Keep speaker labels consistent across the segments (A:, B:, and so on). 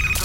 A: Tout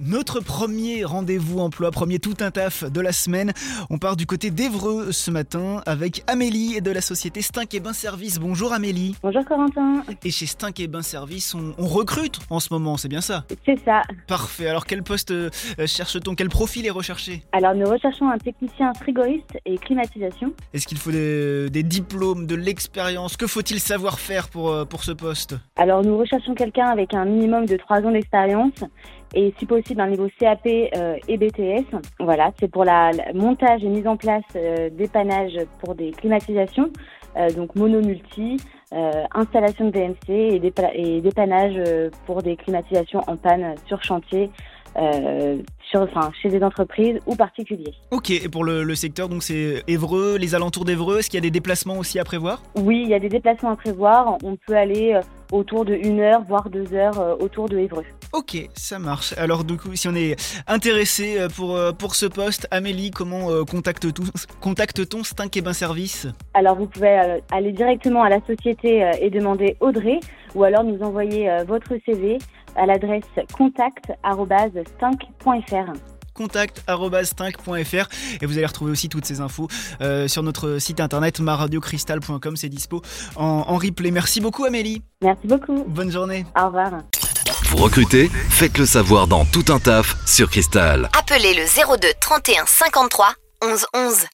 B: Notre premier rendez-vous emploi, premier tout un taf de la semaine. On part du côté d'Evreux ce matin avec Amélie de la société Stink et Bain Service. Bonjour Amélie.
C: Bonjour Corentin,
B: Et chez Stink et Bain Service, on, on recrute en ce moment, c'est bien ça
C: c'est ça.
B: Parfait. Alors quel poste euh, cherche-t-on Quel profil est recherché
C: Alors nous recherchons un technicien frigoriste et climatisation.
B: Est-ce qu'il faut des, des diplômes, de l'expérience Que faut-il savoir faire pour, euh, pour ce poste
C: Alors nous recherchons quelqu'un avec un minimum de 3 ans d'expérience et si possible un niveau CAP euh, et BTS. Voilà, c'est pour la, la- montage et mise en place euh, d'épanage pour des climatisations, euh, donc mono-multi, euh, installation de DMC et, dépa- et dépannage euh, pour des climatisations en panne sur chantier, euh, sur, enfin, chez des entreprises ou particuliers.
B: Ok, et pour le, le secteur, donc c'est Évreux, les alentours d'Évreux. Est-ce qu'il y a des déplacements aussi à prévoir
C: Oui, il y a des déplacements à prévoir. On peut aller euh, autour de une heure, voire deux heures euh, autour de Évreux.
B: Ok, ça marche. Alors du coup, si on est intéressé euh, pour, euh, pour ce poste, Amélie, comment euh, contacte-t-on contacte-t-on Stink et Bain Service
C: Alors vous pouvez euh, aller directement à la société euh, et demander Audrey ou alors nous envoyer euh, votre CV à l'adresse contact.stink.fr.
B: contact.stink.fr et vous allez retrouver aussi toutes ces infos euh, sur notre site internet maradiocristal.com, c'est dispo en, en replay. Merci beaucoup Amélie,
C: Merci beaucoup.
B: bonne journée.
C: Au revoir.
A: Vous recrutez Faites le savoir dans Tout un taf sur Cristal.
D: Appelez le 02 31 53 11 11.